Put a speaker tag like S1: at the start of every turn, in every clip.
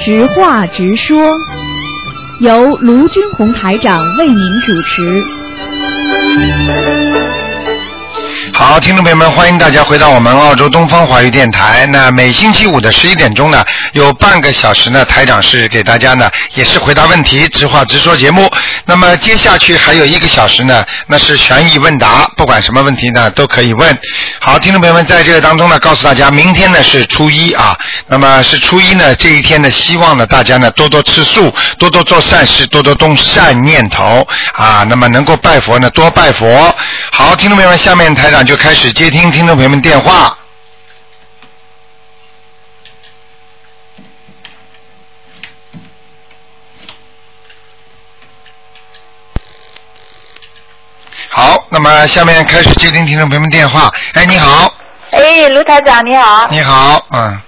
S1: 直话直说，由卢军红台长为您主持。
S2: 好，听众朋友们，欢迎大家回到我们澳洲东方华语电台。那每星期五的十一点钟呢，有半个小时呢，台长是给大家呢也是回答问题、直话直说节目。那么接下去还有一个小时呢，那是悬疑问答，不管什么问题呢都可以问。好，听众朋友们，在这个当中呢，告诉大家，明天呢是初一啊，那么是初一呢这一天呢，希望呢大家呢多多吃素，多多做善事，多多动善念头啊。那么能够拜佛呢，多拜佛。好，听众朋友们，下面台长就开始接听听众朋友们电话。好，那么下面开始接听听众朋友们电话。哎，你好，
S3: 哎，卢台长你好。
S2: 你好，嗯，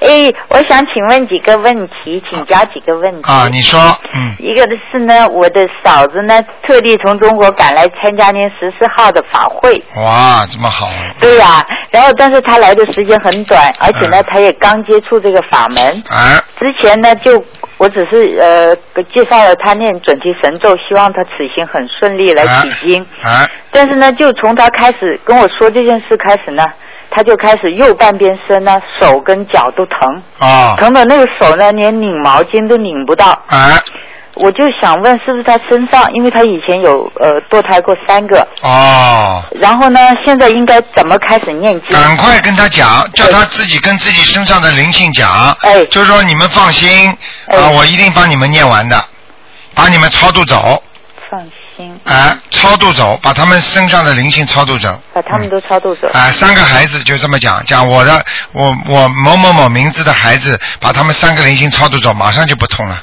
S3: 哎，我想请问几个问题，请教几个问题。
S2: 啊，你说，嗯，
S3: 一个的是呢，我的嫂子呢特地从中国赶来参加您十四号的法会。
S2: 哇，这么好，
S3: 对呀、然后但是她来的时间很短，而且呢，
S2: 嗯
S3: 她也刚接触这个法门。
S2: 哎，
S3: 之前呢，就我只是呃介绍了她念准提神咒，希望她此行很顺利来
S2: 哎
S3: 取经。
S2: 哎，
S3: 但是呢，就从他开始跟我说这件事开始呢，他就开始右半边身呢，手跟脚都疼，
S2: 哦，
S3: 疼的那个手呢，连拧毛巾都拧不到。
S2: 哎，
S3: 我就想问，是不是他身上，因为他以前有呃堕胎过三个，
S2: 哦，
S3: 然后呢，现在应该怎么开始念经？
S2: 赶快跟他讲，叫他自己跟自己身上的灵性讲，
S3: 哎
S2: 就说你们放心啊，
S3: 哎
S2: 我一定帮你们念完的，把你们超度走，
S3: 放心，
S2: 哎，超度走，把他们身上的灵性超度走，
S3: 把他们
S2: 嗯
S3: 都超度走。
S2: 啊，三个孩子就这么讲，讲我的我我某某某名字的孩子，把他们三个灵性超度走，马上就不痛了，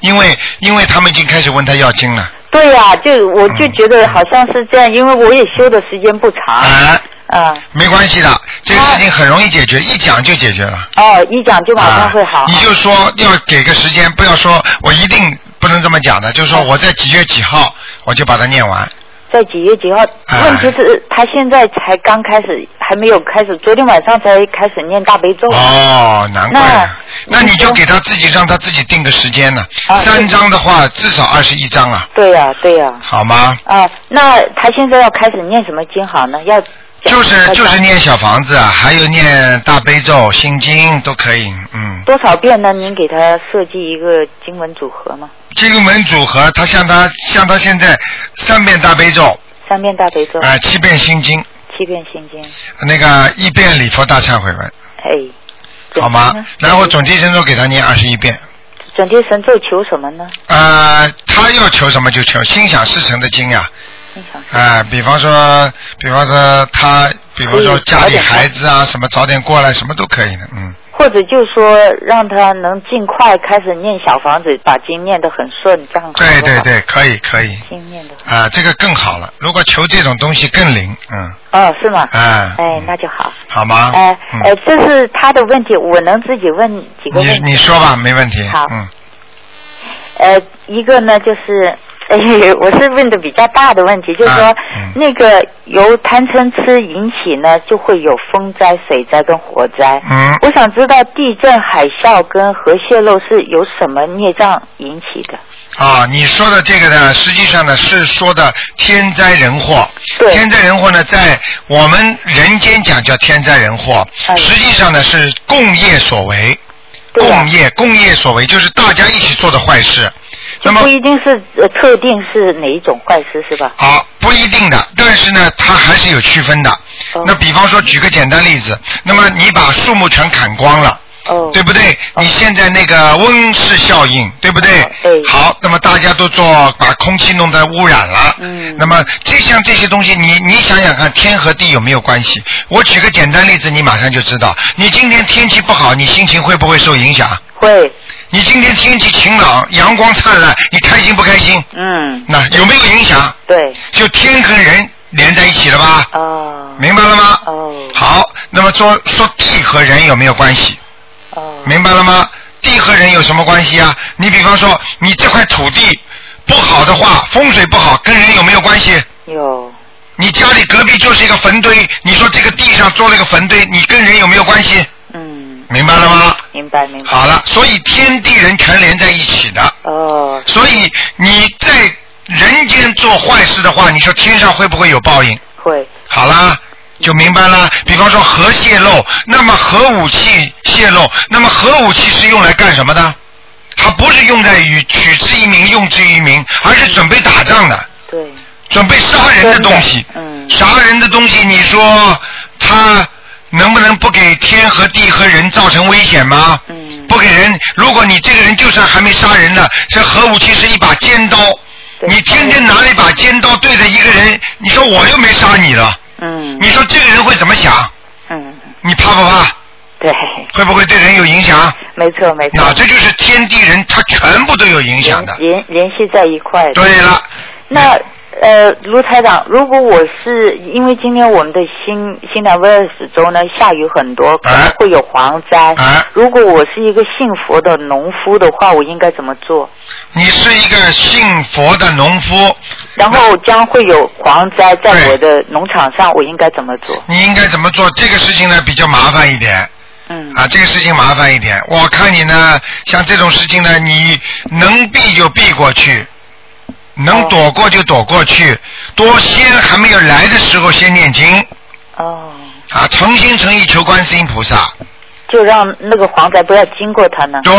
S2: 因为因为他们已经开始问他要经了，
S3: 对呀、就我就
S2: 嗯
S3: 觉得好像是这样，因为我也修的时间不长。
S2: 啊，
S3: 啊，
S2: 没关系的，这个事情很容易解决，一讲就解决了。
S3: 哦，一讲就马上会好。
S2: 啊。你就说要给个时间，不要说我一定不能这么讲的，就是说
S3: 嗯
S2: 我在几月几号我就把它念完。
S3: 在几月几号？
S2: 哎
S3: 问题是，他现在才刚开始，还没有开始，昨天晚上才开始念大悲咒。
S2: 哦，难怪啊。
S3: 那
S2: 那你就
S3: 你说
S2: 给他自己让他自己定个时间呢。
S3: 啊
S2: 三
S3: 对
S2: 章的话至少二十一章啊，
S3: 对呀、对呀、
S2: 好吗？
S3: 啊。那他现在要开始念什么经好呢？要
S2: 就是
S3: 要
S2: 就是念小房子，啊，还有念大悲咒、心经都可以。嗯，
S3: 多少遍呢？您给他设计一个经文组合吗？
S2: 这个门组合，他像他像他现在三遍大悲咒，
S3: 三遍大悲咒，
S2: 啊、七遍心经，
S3: 七遍心经，
S2: 那个一遍礼佛大忏悔文。
S3: 哎，准
S2: 好
S3: 提
S2: 吗
S3: 呢？
S2: 然后总提神咒给他念二十一遍。
S3: 准提神咒求什么呢？
S2: 呃，他要求什么就求，心想事成的经呀、
S3: 你想
S2: 啊。比方说，比方说他，比方说
S3: 可以
S2: 家
S3: 早
S2: 里
S3: 点
S2: 孩子啊，什么早点过来，什么都可以的，嗯。
S3: 或者就说让他能尽快开始念小房子，把经念得很顺，这样好不
S2: 对
S3: 好
S2: 对，对，可以可以。
S3: 经念得很
S2: 啊、这个更好了。如果求这种东西更灵，嗯，
S3: 哦，是吗？
S2: 啊、
S3: 哎，
S2: 嗯
S3: 那就好。
S2: 好吗？
S3: 哎哎
S2: 嗯，，
S3: 这是他的问题，我能自己问几个
S2: 你
S3: 问题。
S2: 你说吧，没问题。
S3: 好
S2: 嗯，
S3: 呃，一个呢就是，哎，我是问的比较大的问题，就是说、
S2: 啊嗯
S3: 那个由贪嗔痴引起呢，就会有风灾、水灾跟火灾。
S2: 嗯，
S3: 我想知道地震、海啸跟核泄漏是由什么孽障引起的？
S2: 啊，你说的这个呢，实际上呢是说的天灾人祸。
S3: 对
S2: 天灾人祸呢，在我们人间讲叫天灾人祸，
S3: 哎
S2: 实际上呢是共业所为。
S3: 对呀
S2: 共业，共业所为就是大家一起做的坏事。那
S3: 就
S2: 么
S3: 不一定是呃特定是哪一种坏事是吧？
S2: 啊，不一定的，但是呢，它还是有区分的。
S3: 哦
S2: 那比方说，举个简单例子，那么
S3: 嗯
S2: 你把树木全砍光了。
S3: 哦，
S2: 对不对？你现在那个温室效应，对不对
S3: 哦？对
S2: 好，那么大家都做把空气弄得污染了。
S3: 嗯
S2: 那么这像这些东西，你你想想看，天和地有没有关系？我举个简单例子，你马上就知道。你今天天气不好，你心情会不会受影响？
S3: 会，
S2: 你今天天气晴朗，阳光灿烂，你开心不开心？
S3: 嗯，
S2: 那有没有影响？
S3: 对，
S2: 就天和人连在一起了吧？
S3: 哦，
S2: 明白了吗？
S3: 哦
S2: 好，那么说说地和人有没有关系？
S3: 哦，
S2: 明白了吗？地和人有什么关系啊？你比方说，你这块土地不好的话，风水不好，跟人有没有关系？
S3: 有，
S2: 你家里隔壁就是一个坟堆，你说这个地上做了一个坟堆，你跟人有没有关系？
S3: 嗯。
S2: 明白了吗？
S3: 明白明白。
S2: 好了，所以天地人全连在一起的。
S3: 哦，
S2: 所以你在人间做坏事的话，你说天上会不会有报应？
S3: 会，
S2: 好啦，就明白啦。比方说核泄漏，那么核武器泄漏，那么核武器是用来干什么的？它不是用在于取之于民、用之于民，而是准备打仗的，
S3: 对，
S2: 准备杀人的哎东西。
S3: 嗯，
S2: 杀人的东西，你说它能不能不给天和地和人造成危险吗？
S3: 嗯，
S2: 不给人，如果你这个人就算还没杀人呢，这核武器是一把尖刀，
S3: 对
S2: 你天天拿了一把尖刀对着一个人，你说我又没杀你了，
S3: 嗯
S2: 你说这个人会怎么想？
S3: 嗯，
S2: 你怕不怕？
S3: 对，
S2: 会不会对人有影响？
S3: 没错没错，
S2: 那这就是天地人，他全部都有影响的。
S3: 联联系在一块的。
S2: 对了，
S3: 那呃，卢台长，如果我是因为今天我们的新新南威尔士州呢下雨很多，可能
S2: 哎
S3: 会有蝗灾。
S2: 哎
S3: 如果我是一个信佛的农夫的话，我应该怎么做？
S2: 你是一个信佛的农夫，
S3: 然后将会有蝗灾在
S2: 对
S3: 我的农场上，我应该怎么做？
S2: 你应该怎么做？这个事情呢比较麻烦一点。
S3: 嗯，
S2: 啊，这个事情麻烦一点。我看你呢，像这种事情呢，你能避就避过去，能
S3: 哦
S2: 躲过就躲过去，多先还没有来的时候先念经
S3: 哦，
S2: 啊，诚心诚意求观世音菩萨。
S3: 就让那个蝗灾不要经过它呢。
S2: 对，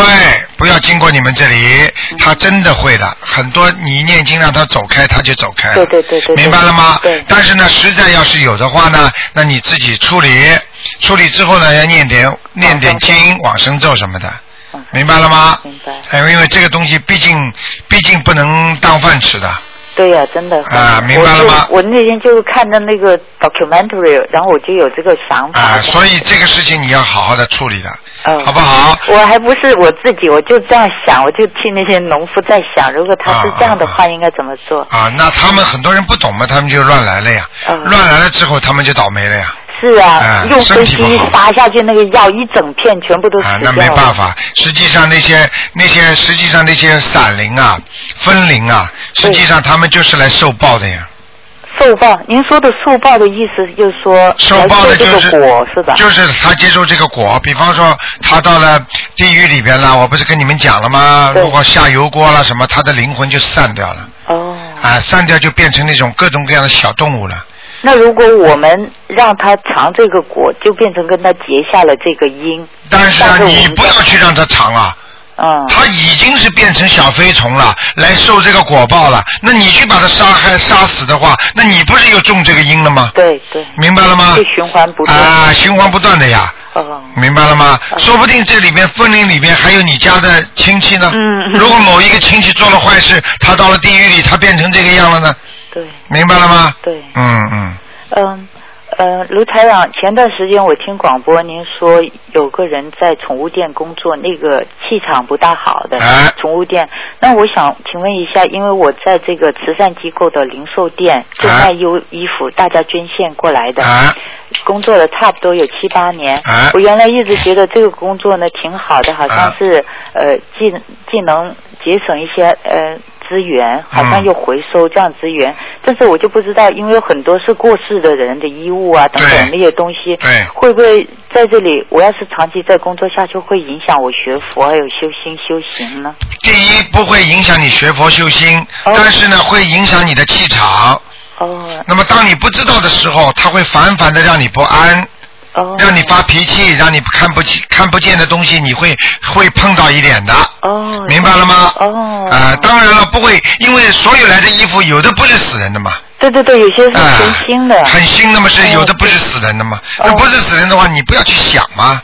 S2: 不要经过你们这里，他真的会的。很多你一念经让他走开，他就走开了。
S3: 对对对对对
S2: 明白了吗？
S3: 对
S2: 但是呢，实在要是有的话呢，那你自己处理，处理之后呢，要念点念点经、往生咒什么的。
S3: 嗯
S2: 明白了吗？
S3: 明白
S2: 哎，因为这个东西毕竟毕竟不能当饭吃的。
S3: 对呀、真的。
S2: 啊明白了吗
S3: 我就我那天就是看到那个 documentary，然后我就有这个想法。
S2: 啊，
S3: 这样
S2: 所以这个事情你要好好的处理的，
S3: 嗯
S2: 好不好？
S3: 我还不是我自己，我就这样想，我就替那些农夫在想，如果他是这样的话，
S2: 啊
S3: 应该怎么做？
S2: 啊，那他们很多人不懂嘛，他们就乱来了呀，
S3: 嗯
S2: 乱来了之后他们就倒霉了呀。
S3: 是啊，
S2: 哎
S3: 用
S2: 身
S3: 飞
S2: 体不
S3: 机
S2: 好
S3: 撒下去那个药，一整片全部都死
S2: 啊，
S3: 掉
S2: 那
S3: 了。
S2: 没办法。实际上那些那些实际上那些散灵啊、分灵啊，实际上他们就是来受报的呀。
S3: 受报，您说的受报的意思就是说
S2: 受报的
S3: 来受
S2: 就是
S3: 这个果是吧？
S2: 就是他接受这个果。比方说他到了地狱里边了，我不是跟你们讲了吗？
S3: 对
S2: 如果下油锅了什么，他的灵魂就散掉了
S3: 哦，
S2: 啊，散掉就变成那种各种各样的小动物了。
S3: 那如果我们让他尝这个果，就变成跟他结下了这个因。
S2: 但是啊，
S3: 但是我
S2: 你
S3: 们
S2: 不要去让他尝啊，
S3: 嗯，
S2: 他已经是变成小飞虫了，来受这个果报了。那你去把他杀害杀死的话，那你不是又中这个因了吗？
S3: 对对，
S2: 明白了吗
S3: 就？循环不断。
S2: 啊，循环不断的呀，
S3: 哦，
S2: 明白了吗？
S3: 嗯
S2: 说不定这里面分灵里面还有你家的亲戚呢。
S3: 嗯
S2: 如果某一个亲戚做了坏事，他到了地狱里，他变成这个样了呢，
S3: 对
S2: 明白了吗？
S3: 对。
S2: 嗯嗯，
S3: 嗯，呃，卢台长，前段时间我听广播，您说有个人在宠物店工作，那个气场不大好的、
S2: 哎
S3: 宠物店。那我想请问一下，因为我在这个慈善机构的零售店就
S2: 哎
S3: 卖优衣服，大家捐献过来的。
S2: 啊，
S3: 工作了差不多有七八年。
S2: 哎
S3: 我原来一直觉得这个工作呢挺好的，好像
S2: 哎
S3: 是、呃既既能节省一些呃资源，好像
S2: 嗯
S3: 又回收这样资源。但是我就不知道，因为有很多是过世的人的衣物啊等等
S2: 对
S3: 那些东西，
S2: 对
S3: 会不会在这里？我要是长期在工作下去，会影响我学佛还有修心修行呢？
S2: 第一不会影响你学佛修心，
S3: 哦
S2: 但是呢会影响你的气场。
S3: 哦
S2: 那么当你不知道的时候，他会反反的让你不安，
S3: 哦，
S2: 让你发脾气，让你看不起看不见的东西，你会会碰到一点的。
S3: 哦，
S2: 明白了吗？
S3: 哦
S2: 啊、当然了，不会，因为所有来的衣服有的不是死人的嘛。
S3: 对对对，有些是
S2: 啊、
S3: 全新的。
S2: 很新的嘛，是
S3: 哦
S2: 有的不是死人的嘛。
S3: 哦
S2: 那不是死人的话，你不要去想嘛。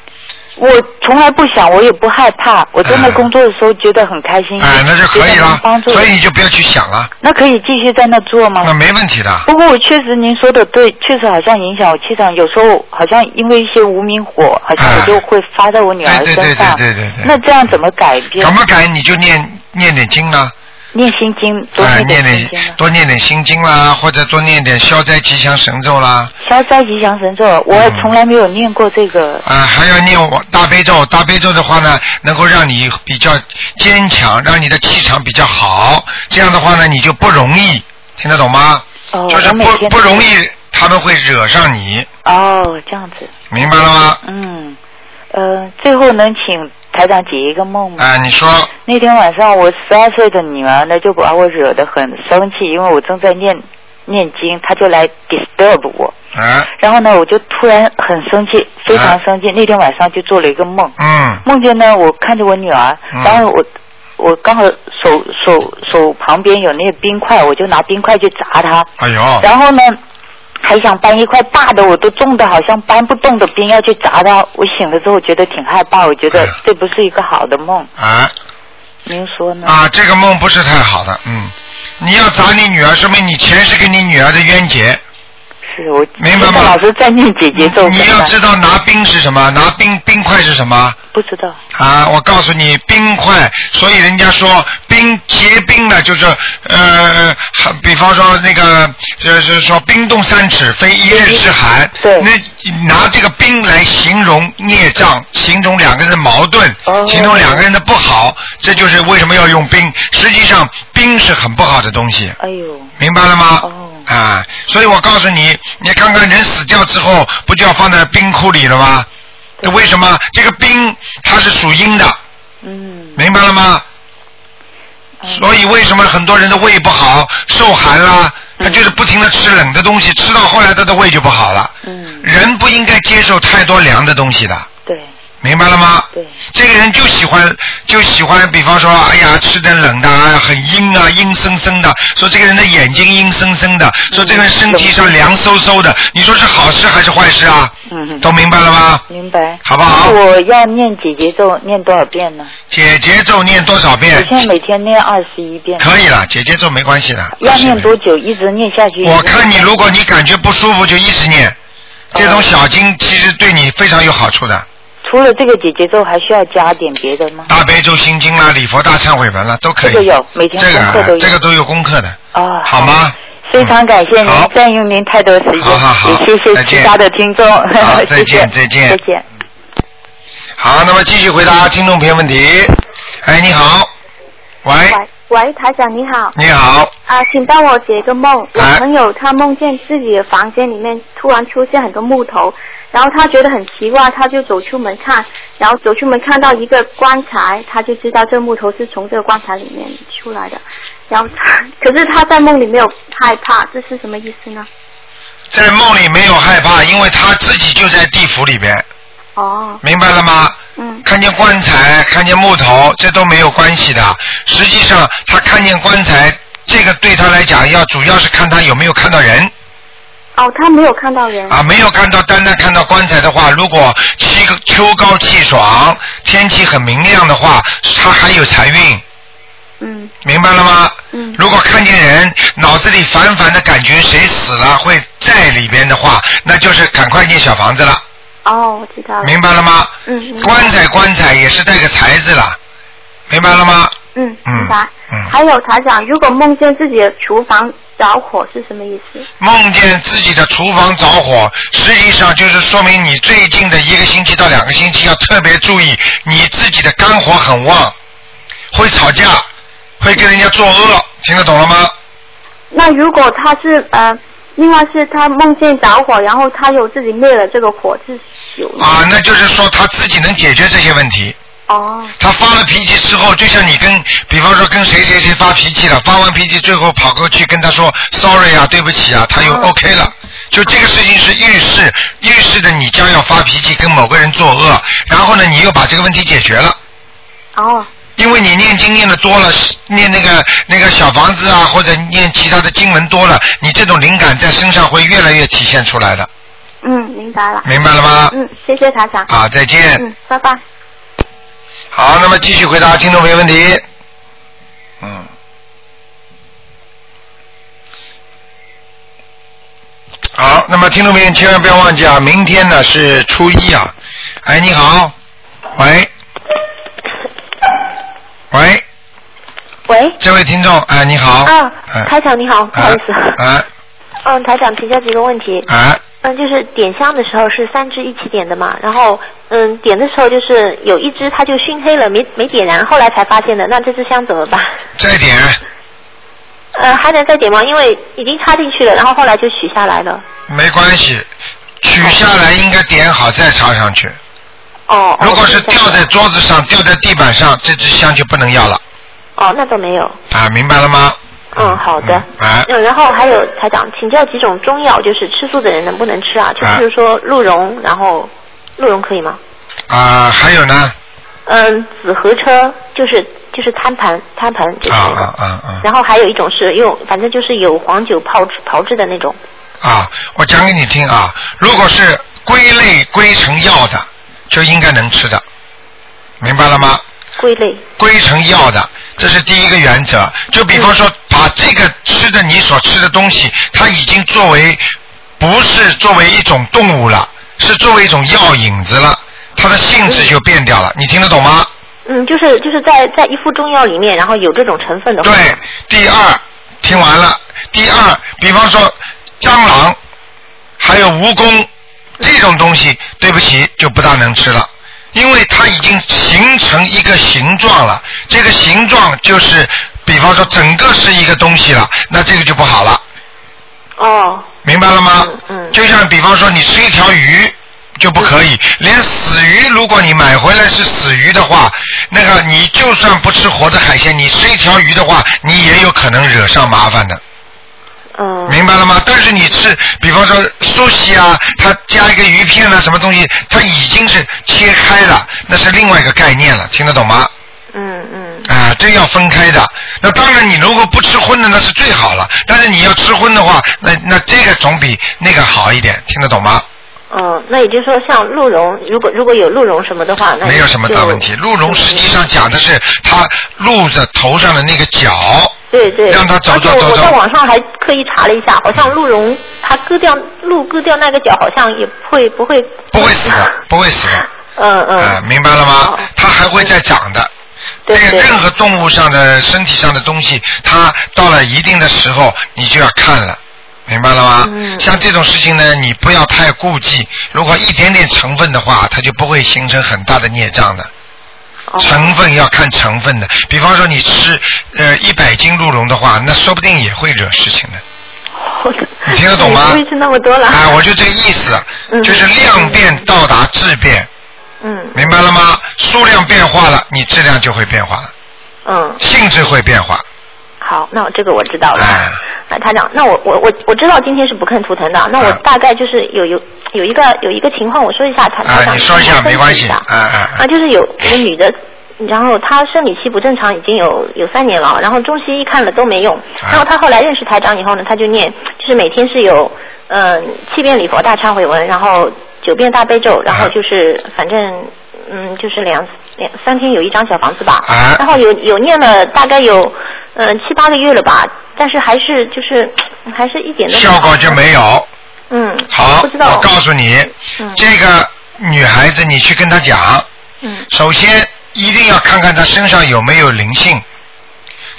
S3: 我从来不想，我也不害怕。我真的
S2: 嗯
S3: 工作的时候觉得很开心，
S2: 哎、那就可以
S3: 觉得能
S2: 了
S3: 帮。助哦人
S2: 所以你就不要去想了，
S3: 那可以继续在那做吗？
S2: 那没问题的。
S3: 不过我确实您说的对，确实好像影响我气场，有时候好像因为一些无名火，好像我就会发在我女儿
S2: 对对
S3: 身上。
S2: 哎对对对对对
S3: 那这样怎么改变
S2: 怎？么改你就念念点经啦，
S3: 念心经，多
S2: 哎、念
S3: 念点心经
S2: 点
S3: 呢。
S2: 多念点心经啦，或者多念点消灾吉祥神咒啦，
S3: 消灾吉祥神咒，我
S2: 嗯
S3: 从来没有念过这个。
S2: 啊，还要念我大悲咒。大悲咒的话呢，能够让你比较坚强，让你的气场比较好。这样的话呢，你就不容易，听得懂吗？
S3: 哦，
S2: 就是
S3: 我每
S2: 不
S3: 天
S2: 不容易，他们会惹上你，
S3: 哦，这样子。
S2: 明白了吗？
S3: 嗯，呃，最后能请台长解一个梦吗？
S2: 啊，你说，
S3: 那天晚上，我十二岁的女儿呢，就把我惹得很生气，因为我正在念念经，她就来 disturb 我。
S2: 啊，
S3: 然后呢，我就突然很生气，非常
S2: 啊
S3: 生气。那天晚上就做了一个梦，
S2: 嗯，
S3: 梦见呢，我看着我女儿，
S2: 嗯
S3: 然后我我刚好手手手旁边有那个冰块，我就拿冰块去砸她，
S2: 哎呦，
S3: 然后呢。还想搬一块大的，我都重的，好像搬不动的冰要去砸它。我醒了之后觉得挺害怕，我觉得
S2: 哎
S3: 这不是一个好的梦。
S2: 啊
S3: 您说呢？
S2: 啊，这个梦不是太好的，嗯，你要砸你女儿，说明你前世跟你女儿的冤结。
S3: 是我
S2: 明白吗
S3: 现在老是在念姐姐咒，
S2: 嗯你
S3: 怎么
S2: 要
S3: 办
S2: 知道拿冰是什么，拿冰冰块是什么
S3: 不知道
S2: 啊？我告诉你，冰块，所以人家说冰结冰了，就是呃，还比方说那个就是说冰冻三尺，非一日之寒。
S3: 对
S2: 那你拿这个冰来形容孽障，形容两个人的矛盾，
S3: 哦
S2: 形容两个人的不好，这就是为什么要用冰。实际上，冰是很不好的东西。
S3: 哎呦，
S2: 明白了吗？
S3: 哦
S2: 啊，所以我告诉你，你看看人死掉之后，不就要放在冰库里了吗？
S3: 对
S2: 为什么这个冰它是属阴的，
S3: 嗯，
S2: 明白了吗？
S3: 嗯
S2: 所以为什么很多人的胃不好，受寒啦，
S3: 嗯
S2: 他就是不停的吃冷的东西，吃到后来他的胃就不好了。
S3: 嗯，
S2: 人不应该接受太多凉的东西的，
S3: 对
S2: 明白了吗？
S3: 对，
S2: 这个人就喜欢就喜欢，比方说，哎呀，吃点冷的，啊，很阴啊，阴森森的。说这个人的眼睛阴森森的，说这个人身体上凉飕飕的，你说是好事还是坏事啊？
S3: 嗯，
S2: 都明白了吗？
S3: 明白。
S2: 好不好
S3: 那我要念姐姐咒念多少遍呢？
S2: 姐姐咒念多少
S3: 我
S2: 遍？
S3: 现在每天念二十一遍，
S2: 可以了，姐姐咒没关系的。
S3: 要念多久？一直念下去。
S2: 我看你，如果你感觉不舒服，就一直念。这种小经其实对你非常有好处的，
S3: 除了这个姐姐咒，还需要加点别的吗？
S2: 大悲咒心经啦、礼佛大忏悔文啦都可以。
S3: 嗯这个有每天
S2: 这个啊
S3: 功课都有
S2: 这个都有功课的，
S3: 啊，
S2: 好吗？
S3: 非常感谢您
S2: 好
S3: 占用您太多时间，
S2: 好好好
S3: 也谢谢
S2: 再见
S3: 其他的听众
S2: 好， 再
S3: 谢谢
S2: 见再见
S3: 再见。
S2: 好，那么继续回答听众朋友问题。哎，你好，喂，
S4: 喂喂，台长你好
S2: 你好，
S4: 啊，请帮我解一个梦。我
S2: 哎
S4: 朋友他梦见自己的房间里面突然出现很多木头，然后他觉得很奇怪，他就走出门看，然后走出门看到一个棺材，他就知道这木头是从这个棺材里面出来的。然后他，可是他在梦里没有害怕，这是什么意思呢？
S2: 在梦里没有害怕，因为他自己就在地府里边，
S4: 哦，
S2: 明白了吗？
S4: 嗯，
S2: 看见棺材，看见木头，这都没有关系的。实际上，他看见棺材，这个对他来讲要主要是看他有没有看到人
S4: 哦，他没有看到人。
S2: 啊，没有看到，单单看到棺材的话，如果气秋高气爽，天气很明亮的话，他还有财运，
S4: 嗯
S2: 明白了吗？
S4: 嗯
S2: 如果看见人脑子里反反的感觉谁死了会在里边的话，那就是赶快念小房子了，
S4: 哦，我知道了。
S2: 明白了吗？
S4: 嗯明白
S2: 棺材棺材也是带个财字了，明白了吗？
S4: 嗯，
S2: 嗯
S4: 明白。
S2: 嗯
S4: 还有台长，如果梦见自己的厨房着火是什么意思？
S2: 梦见自己的厨房着火，实际上就是说明你最近的一个星期到两个星期要特别注意你自己的肝火很旺，会吵架，会跟人家作恶，听得懂了吗？
S4: 那如果他是呃，另外是他梦见着火，然后他又自己灭了这个火，是有吗
S2: 啊，那就是说他自己能解决这些问题。
S4: 哦
S2: 他发了脾气之后，就像你跟，比方说跟谁谁谁发脾气了，发完脾气最后跑过去跟他说 sorry 啊，对不起啊，他又
S4: 哦
S2: OK 了。就这个事情是预示，预示着你将要发脾气跟某个人作恶，然后呢，你又把这个问题解决了。
S4: 哦
S2: 因为你念经念的多了，念那个那个小房子啊，或者念其他的经文多了，你这种灵感在身上会越来越体现出来的，
S4: 嗯，明白了。
S2: 明白了吗？
S4: 嗯，谢谢台长。
S2: 啊，再见。
S4: 嗯，拜拜。
S2: 好，那么继续回答听众朋友问题。嗯。好，那么听众朋友千万不要忘记啊，明天呢是初一啊。哎，你好，喂，喂，
S5: 喂，
S2: 这位听众，哎，你好。
S5: 啊，
S2: 哎
S5: 台长你好，不好意思，
S2: 哎
S5: 嗯，台长请教几个问题，
S2: 哎
S5: 嗯，就是点香的时候是三支一起点的嘛，然后嗯，点的时候就是有一支它就熏黑了，没没点燃，后来才发现的，那这支香怎么办？
S2: 再点，
S5: 呃，还能再点吗？因为已经插进去了，然后后来就取下来了。
S2: 没关系，取下来应该点好再插上去。
S5: 哦。
S2: 如果是
S5: 哦
S2: 掉在桌子上、掉在地板上，这支香就不能要了
S5: 哦，那倒没有。
S2: 啊，明白了吗？
S5: 嗯，好的。
S2: 嗯啊
S5: 嗯，然后还有台长，请教几种中药，就是吃素的人能不能吃啊？就
S2: 啊
S5: 譬如说鹿茸，然后鹿茸可以吗？
S2: 啊，还有呢？
S5: 嗯，紫河车就是就是摊盘摊盘这
S2: 啊
S5: 种的。
S2: 啊啊啊
S5: 然后还有一种是用，反正就是有黄酒泡制炮制的那种。
S2: 啊！我讲给你听啊，如果是归类归成药的，就应该能吃的，明白了吗？
S5: 归类。
S2: 归成药的，这是第一个原则。就比方说，把这个吃的你所吃的东西，它已经作为不是作为一种动物了，是作为一种药引子了，它的性质就变掉了。你听得懂吗？
S5: 嗯，就是就是在在一副中药里面，然后有这种成分的话。
S2: 对。，第二，听完了，第二，比方说蟑螂，还有蜈蚣这种东西，对不起，就不大能吃了。因为它已经形成一个形状了，这个形状就是，比方说整个是一个东西了，那这个就不好了，
S5: 哦，
S2: 明白了吗？
S5: 嗯嗯
S2: 就像比方说你吃一条鱼就不可以，连死鱼如果你买回来是死鱼的话，那个你就算不吃活的海鲜，你吃一条鱼的话，你也有可能惹上麻烦的。
S5: 嗯。
S2: 明白了吗？但是你吃，比方说寿喜啊，它加一个鱼片啊，什么东西，它已经是切开了，那是另外一个概念了，听得懂吗？
S5: 嗯嗯
S2: 啊，这要分开的。那当然，你如果不吃荤的，那是最好了。但是你要吃荤的话，那那这个总比那个好一点，听得懂吗？
S5: 嗯，那也就是说，像鹿茸，如果如果有鹿茸什么的话，那
S2: 没有什么大问题。
S5: 就
S2: 鹿茸实际上讲的是它鹿的头上的那个角。
S5: 对对，
S2: 让它走走
S5: 而且
S2: 走
S5: 我
S2: 走
S5: 在网上还特意查了一下，好像鹿茸它割掉鹿割掉那个角，好像也不会不会
S2: 不会死的不会死的。
S5: 嗯嗯、
S2: 啊，明白了吗
S5: 哦？
S2: 它还会再长的。
S5: 对
S2: 这个
S5: 对
S2: 任何动物上的身体上的东西，它到了一定的时候，你就要看了，明白了吗？
S5: 嗯
S2: 像这种事情呢，你不要太顾忌。如果一点点成分的话，它就不会形成很大的孽障的。
S5: 哦
S2: 成分要看成分的，比方说你吃呃一百斤鹿茸的话，那说不定也会惹事情的。 你听得懂吗
S5: 不会吃那么多了。
S2: 啊，我就这个意思，
S5: 嗯
S2: 就是量变到达质变，
S5: 嗯
S2: 明白了吗？数量变化了，你质量就会变化了，
S5: 嗯，
S2: 性质会变化。
S5: 好，那这个我知道了。
S2: 哎
S5: 哎，台长，那我我我我知道今天是不看图腾的，那我
S2: 啊
S5: 大概就是有有有一个有一个情况，我说一下台台
S2: 啊，
S5: 长。
S2: 你说一下没关系，啊
S5: 啊。
S2: 啊
S5: 啊，就是有一个女的，然后她生理期不正常已经有有三年了，然后中西医看了都没用，
S2: 啊
S5: 然后她后来认识台长以后呢，她就念，就是每天是有嗯、七遍礼佛大忏悔文，然后九遍大悲咒，然
S2: 啊
S5: 后就是反正嗯就是两两三天有一张小房子吧，
S2: 啊
S5: 然后有有念了大概有嗯、呃七八个月了吧，但是还是就是还是一点
S2: 啊，
S5: 都没
S2: 效果就没有。
S5: 嗯
S2: 好，
S5: 不知道
S2: 我告诉你，
S5: 嗯
S2: 这个女孩子你去跟她讲，
S5: 嗯
S2: 首先一定要看看她身上有没有灵性，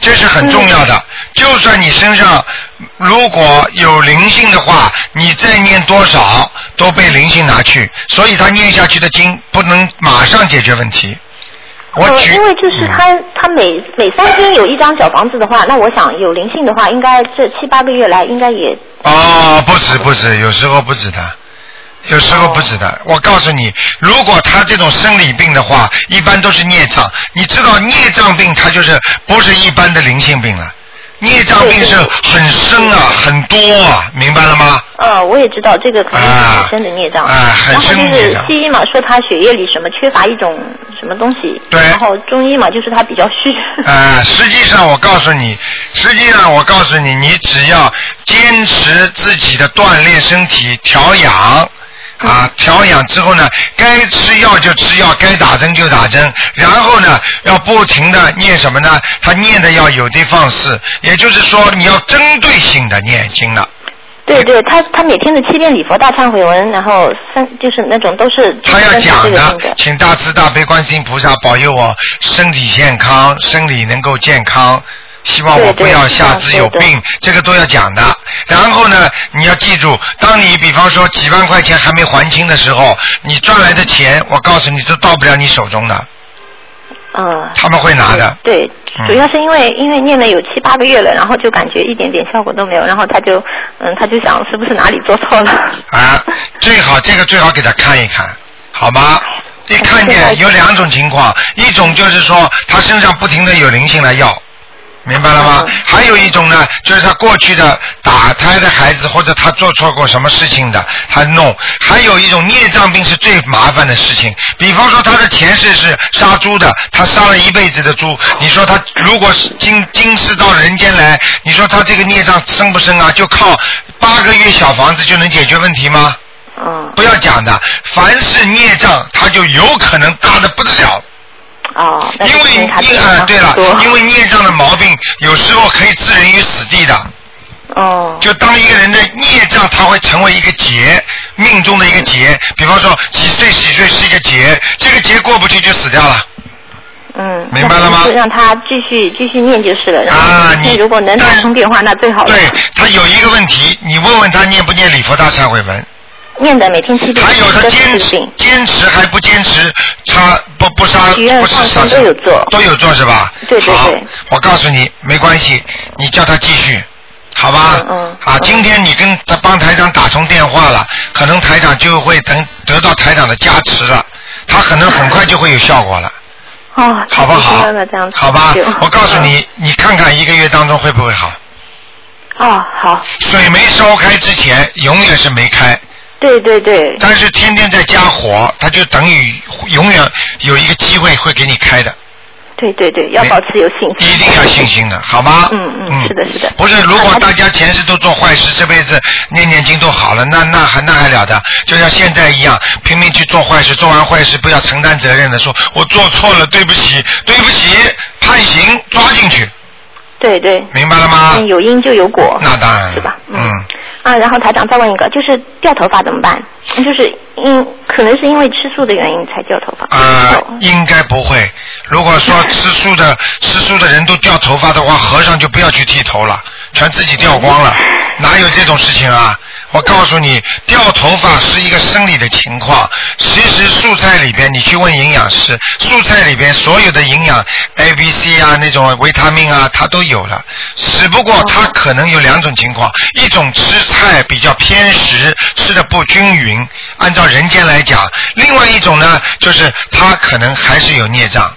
S2: 这是很重要的。
S5: 嗯
S2: 就算你身上如果有灵性的话，你再念多少都被灵性拿去，所以她念下去的经不能马上解决问题。我
S5: 呃
S2: 举，
S5: 因为就是
S2: 嗯
S5: 他，他每每三天有一张小房子的话，那我想有灵性的话，应该这七八个月来应该也
S2: 哦，不止不止，有时候不止的，有时候不止的。我告诉你，如果他这种生理病的话，一般都是孽障。你知道孽障病，它就是不是一般的灵性病了。孽障病是很深啊，很多啊，明白了吗？
S5: 呃，我也知道这个肯定是很深的孽障。
S2: 啊啊很
S5: 然后
S2: 深的
S5: 就
S2: 孽
S5: 是
S2: 障
S5: 西医嘛，说他血液里什么缺乏一种什么东西。
S2: 对
S5: 然后中医嘛，就是他比较虚。
S2: 呃，实际上我告诉你，实际上我告诉你，你只要坚持自己的锻炼身体、调养。啊，调养之后呢，该吃药就吃药，该打针就打针，然后呢，要不停的念什么呢？他念的要有的放矢，也就是说，你要针对性的念经了。
S5: 对对，他他每天的七遍礼佛大忏悔文，然后三就是那种都是。
S2: 他要讲
S5: 都是这个性
S2: 的，
S5: 质
S2: 请大慈大悲观世音菩萨保佑我身体健康，身体能够健康。希望我
S5: 对对
S2: 不要下次有
S5: 对
S2: 病，这个都要讲的。然后呢，你要记住，当你比方说几万块钱还没还清的时候，你赚来的钱，我告诉你，都到不了你手中的，
S5: 嗯。
S2: 他们会拿的。
S5: 对
S2: 嗯，
S5: 主要是因为因为念了有七八个月了，然后就感觉一点点效果都没有，然后他就嗯，他就想 是不是哪里做错了。
S2: 啊，最好这个最好给他看一看，好吗？一看见有两种情况，一种就是说他身上不停的有灵性来要，明白了吗？还有一种呢，就是他过去的打胎的孩子，或者他做错过什么事情的，他弄。还有一种孽障病是最麻烦的事情，比方说他的前世是杀猪的，他杀了一辈子的猪，你说他如果是今今世到人间来，你说他这个孽障生不生啊？就靠八个月小房子就能解决问题吗？
S5: 嗯，
S2: 不要讲的，凡是孽障，它就有可能大的不得了。
S5: 哦，那
S2: 因
S5: 就
S2: 为
S5: 是他
S2: 孽
S5: 病
S2: 啊，对了
S5: 很多，
S2: 因为孽障的毛病，有时候可以置人于死地的。
S5: 哦，
S2: 就当一个人的孽障，它会成为一个劫，命中的一个劫。比方说几岁几岁是一个劫，这个劫过不去就死掉了。
S5: 嗯，
S2: 明白了吗
S5: 那就让他继续继续念就是了。然
S2: 啊
S5: 后
S2: 你
S5: 嗯如果能打通电话，那最好了。
S2: 对，他有一个问题，你问问他念不念礼佛大忏悔文，
S5: 念的每天七遍，
S2: 还有他
S5: 这
S2: 坚
S5: 是
S2: 持
S5: 病。
S2: 坚持还不坚持，他不不杀
S5: 许愿
S2: 不是
S5: 放
S2: 杀
S5: 生
S2: 生
S5: 都有做
S2: 都有做是吧？
S5: 对对
S2: 好
S5: 对，
S2: 我告诉你没关系，你叫他继续。好吧，
S5: 嗯嗯
S2: 啊，今天你跟他帮台长打通电话了，可能台长就会等得到台长的加持了，他可能很快就会有效果 了，
S5: 哦，
S2: 好不
S5: 太
S2: 好
S5: 开心了这样？子
S2: 好吧
S5: 就，
S2: 我告诉
S5: 嗯
S2: 你，你看看一个月当中会不会好？
S5: 哦，好，
S2: 水没烧开之前，永远是没开，
S5: 对对对，
S2: 但是天天在加火，它就等于永远有一个机会会给你开的，
S5: 对对对，要保持有信心。
S2: 一定要信心的，好吗？
S5: 嗯嗯是的是的
S2: 不是，如
S5: 好
S2: 果
S5: 那
S2: 大家前世都做坏事，这辈子念念经都好了，那那还那还了得？就像现在一样，拼命去做坏事，做完坏事不要承担责任的，说我做错了，对不起，对不起，判刑抓进去，
S5: 对对，
S2: 明白了吗？
S5: 嗯有因就有果。
S2: 啊那当然了，
S5: 是吧嗯
S2: 嗯
S5: 啊，然后台长再问一个，就是掉头发怎么办？就是因可能是因为吃素的原因才掉头发。
S2: 啊、
S5: 哦
S2: 应该不会。如果说吃素的吃素的人都掉头发的话，和尚就不要去剃头了，全自己掉光了，哪有这种事情啊？我告诉你，掉头发是一个生理的情况。其实素菜里边，你去问营养师，素菜里边所有的营养 A、B、C 啊，那种维他命啊，它都有了。只不过它可能有两种情况，一种吃菜比较偏食，吃的不均匀，按照人间来讲；另外一种呢，就是它可能还是有孽障。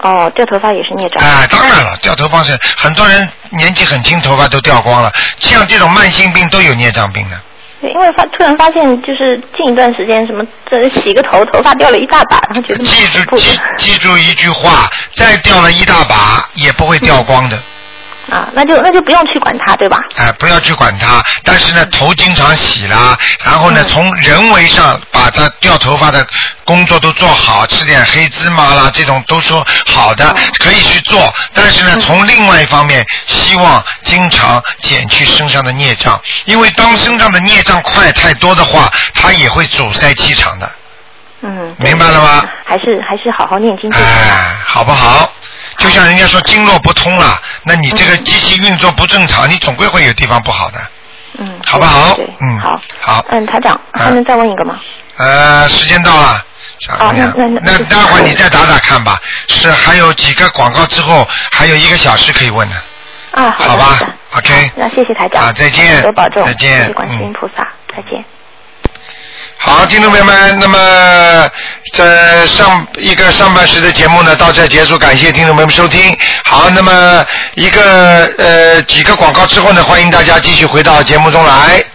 S5: 哦，掉头发也是孽障。
S2: 哎，当然了，掉头发是很多人年纪很轻，头发都掉光了，像这种慢性病都有孽障病的。
S5: 对，因为发突然发现，就是近一段时间，什么这洗个头，头发掉了一大把，然后觉得蛮
S2: 记
S5: 恐
S2: 住
S5: 怖的
S2: 记记住一句话，再掉了一大把也不会掉光的。
S5: 啊，那就那就不用去管它，对吧？
S2: 哎，不要去管它。但是呢，头经常洗啦，然后呢，
S5: 嗯
S2: 从人为上把它掉头发的工作都做好，吃点黑芝麻啦，这种都说好的
S5: 哦，
S2: 可以去做。但是
S5: 嗯
S2: 呢，从另外一方面，希望经常减去身上的孽障，因为当身上的孽障块太多的话，它也会阻塞气场的。
S5: 嗯，
S2: 明白了吗？
S5: 还是还是好好念经就行了。
S2: 哎，好不好？就像人家说经络不通了，那你这个机器运作不正常，你总归会有地方不好的。
S5: 嗯，
S2: 好不好
S5: 对对对
S2: 嗯
S5: 好，
S2: 好
S5: 嗯，台长，
S2: 嗯
S5: 还能再问一个吗？
S2: 呃，时间到了，小姑娘
S5: 哦，那那
S2: 那
S5: 那
S2: 待会儿你再打打看吧。是还有几个广告之后，还有一个小时可以问的，
S5: 啊，好的
S2: 好吧
S5: 好的
S2: ？OK，
S5: 那谢谢台长，嗯
S2: 啊再见
S5: 多保重，
S2: 再见
S5: 谢谢观世音
S2: 嗯
S5: 菩萨，再见。
S2: 好，听众朋友们，那么这上一个上半时的节目呢，到这结束，感谢听众朋友们收听。好，那么一个呃几个广告之后呢，欢迎大家继续回到节目中来。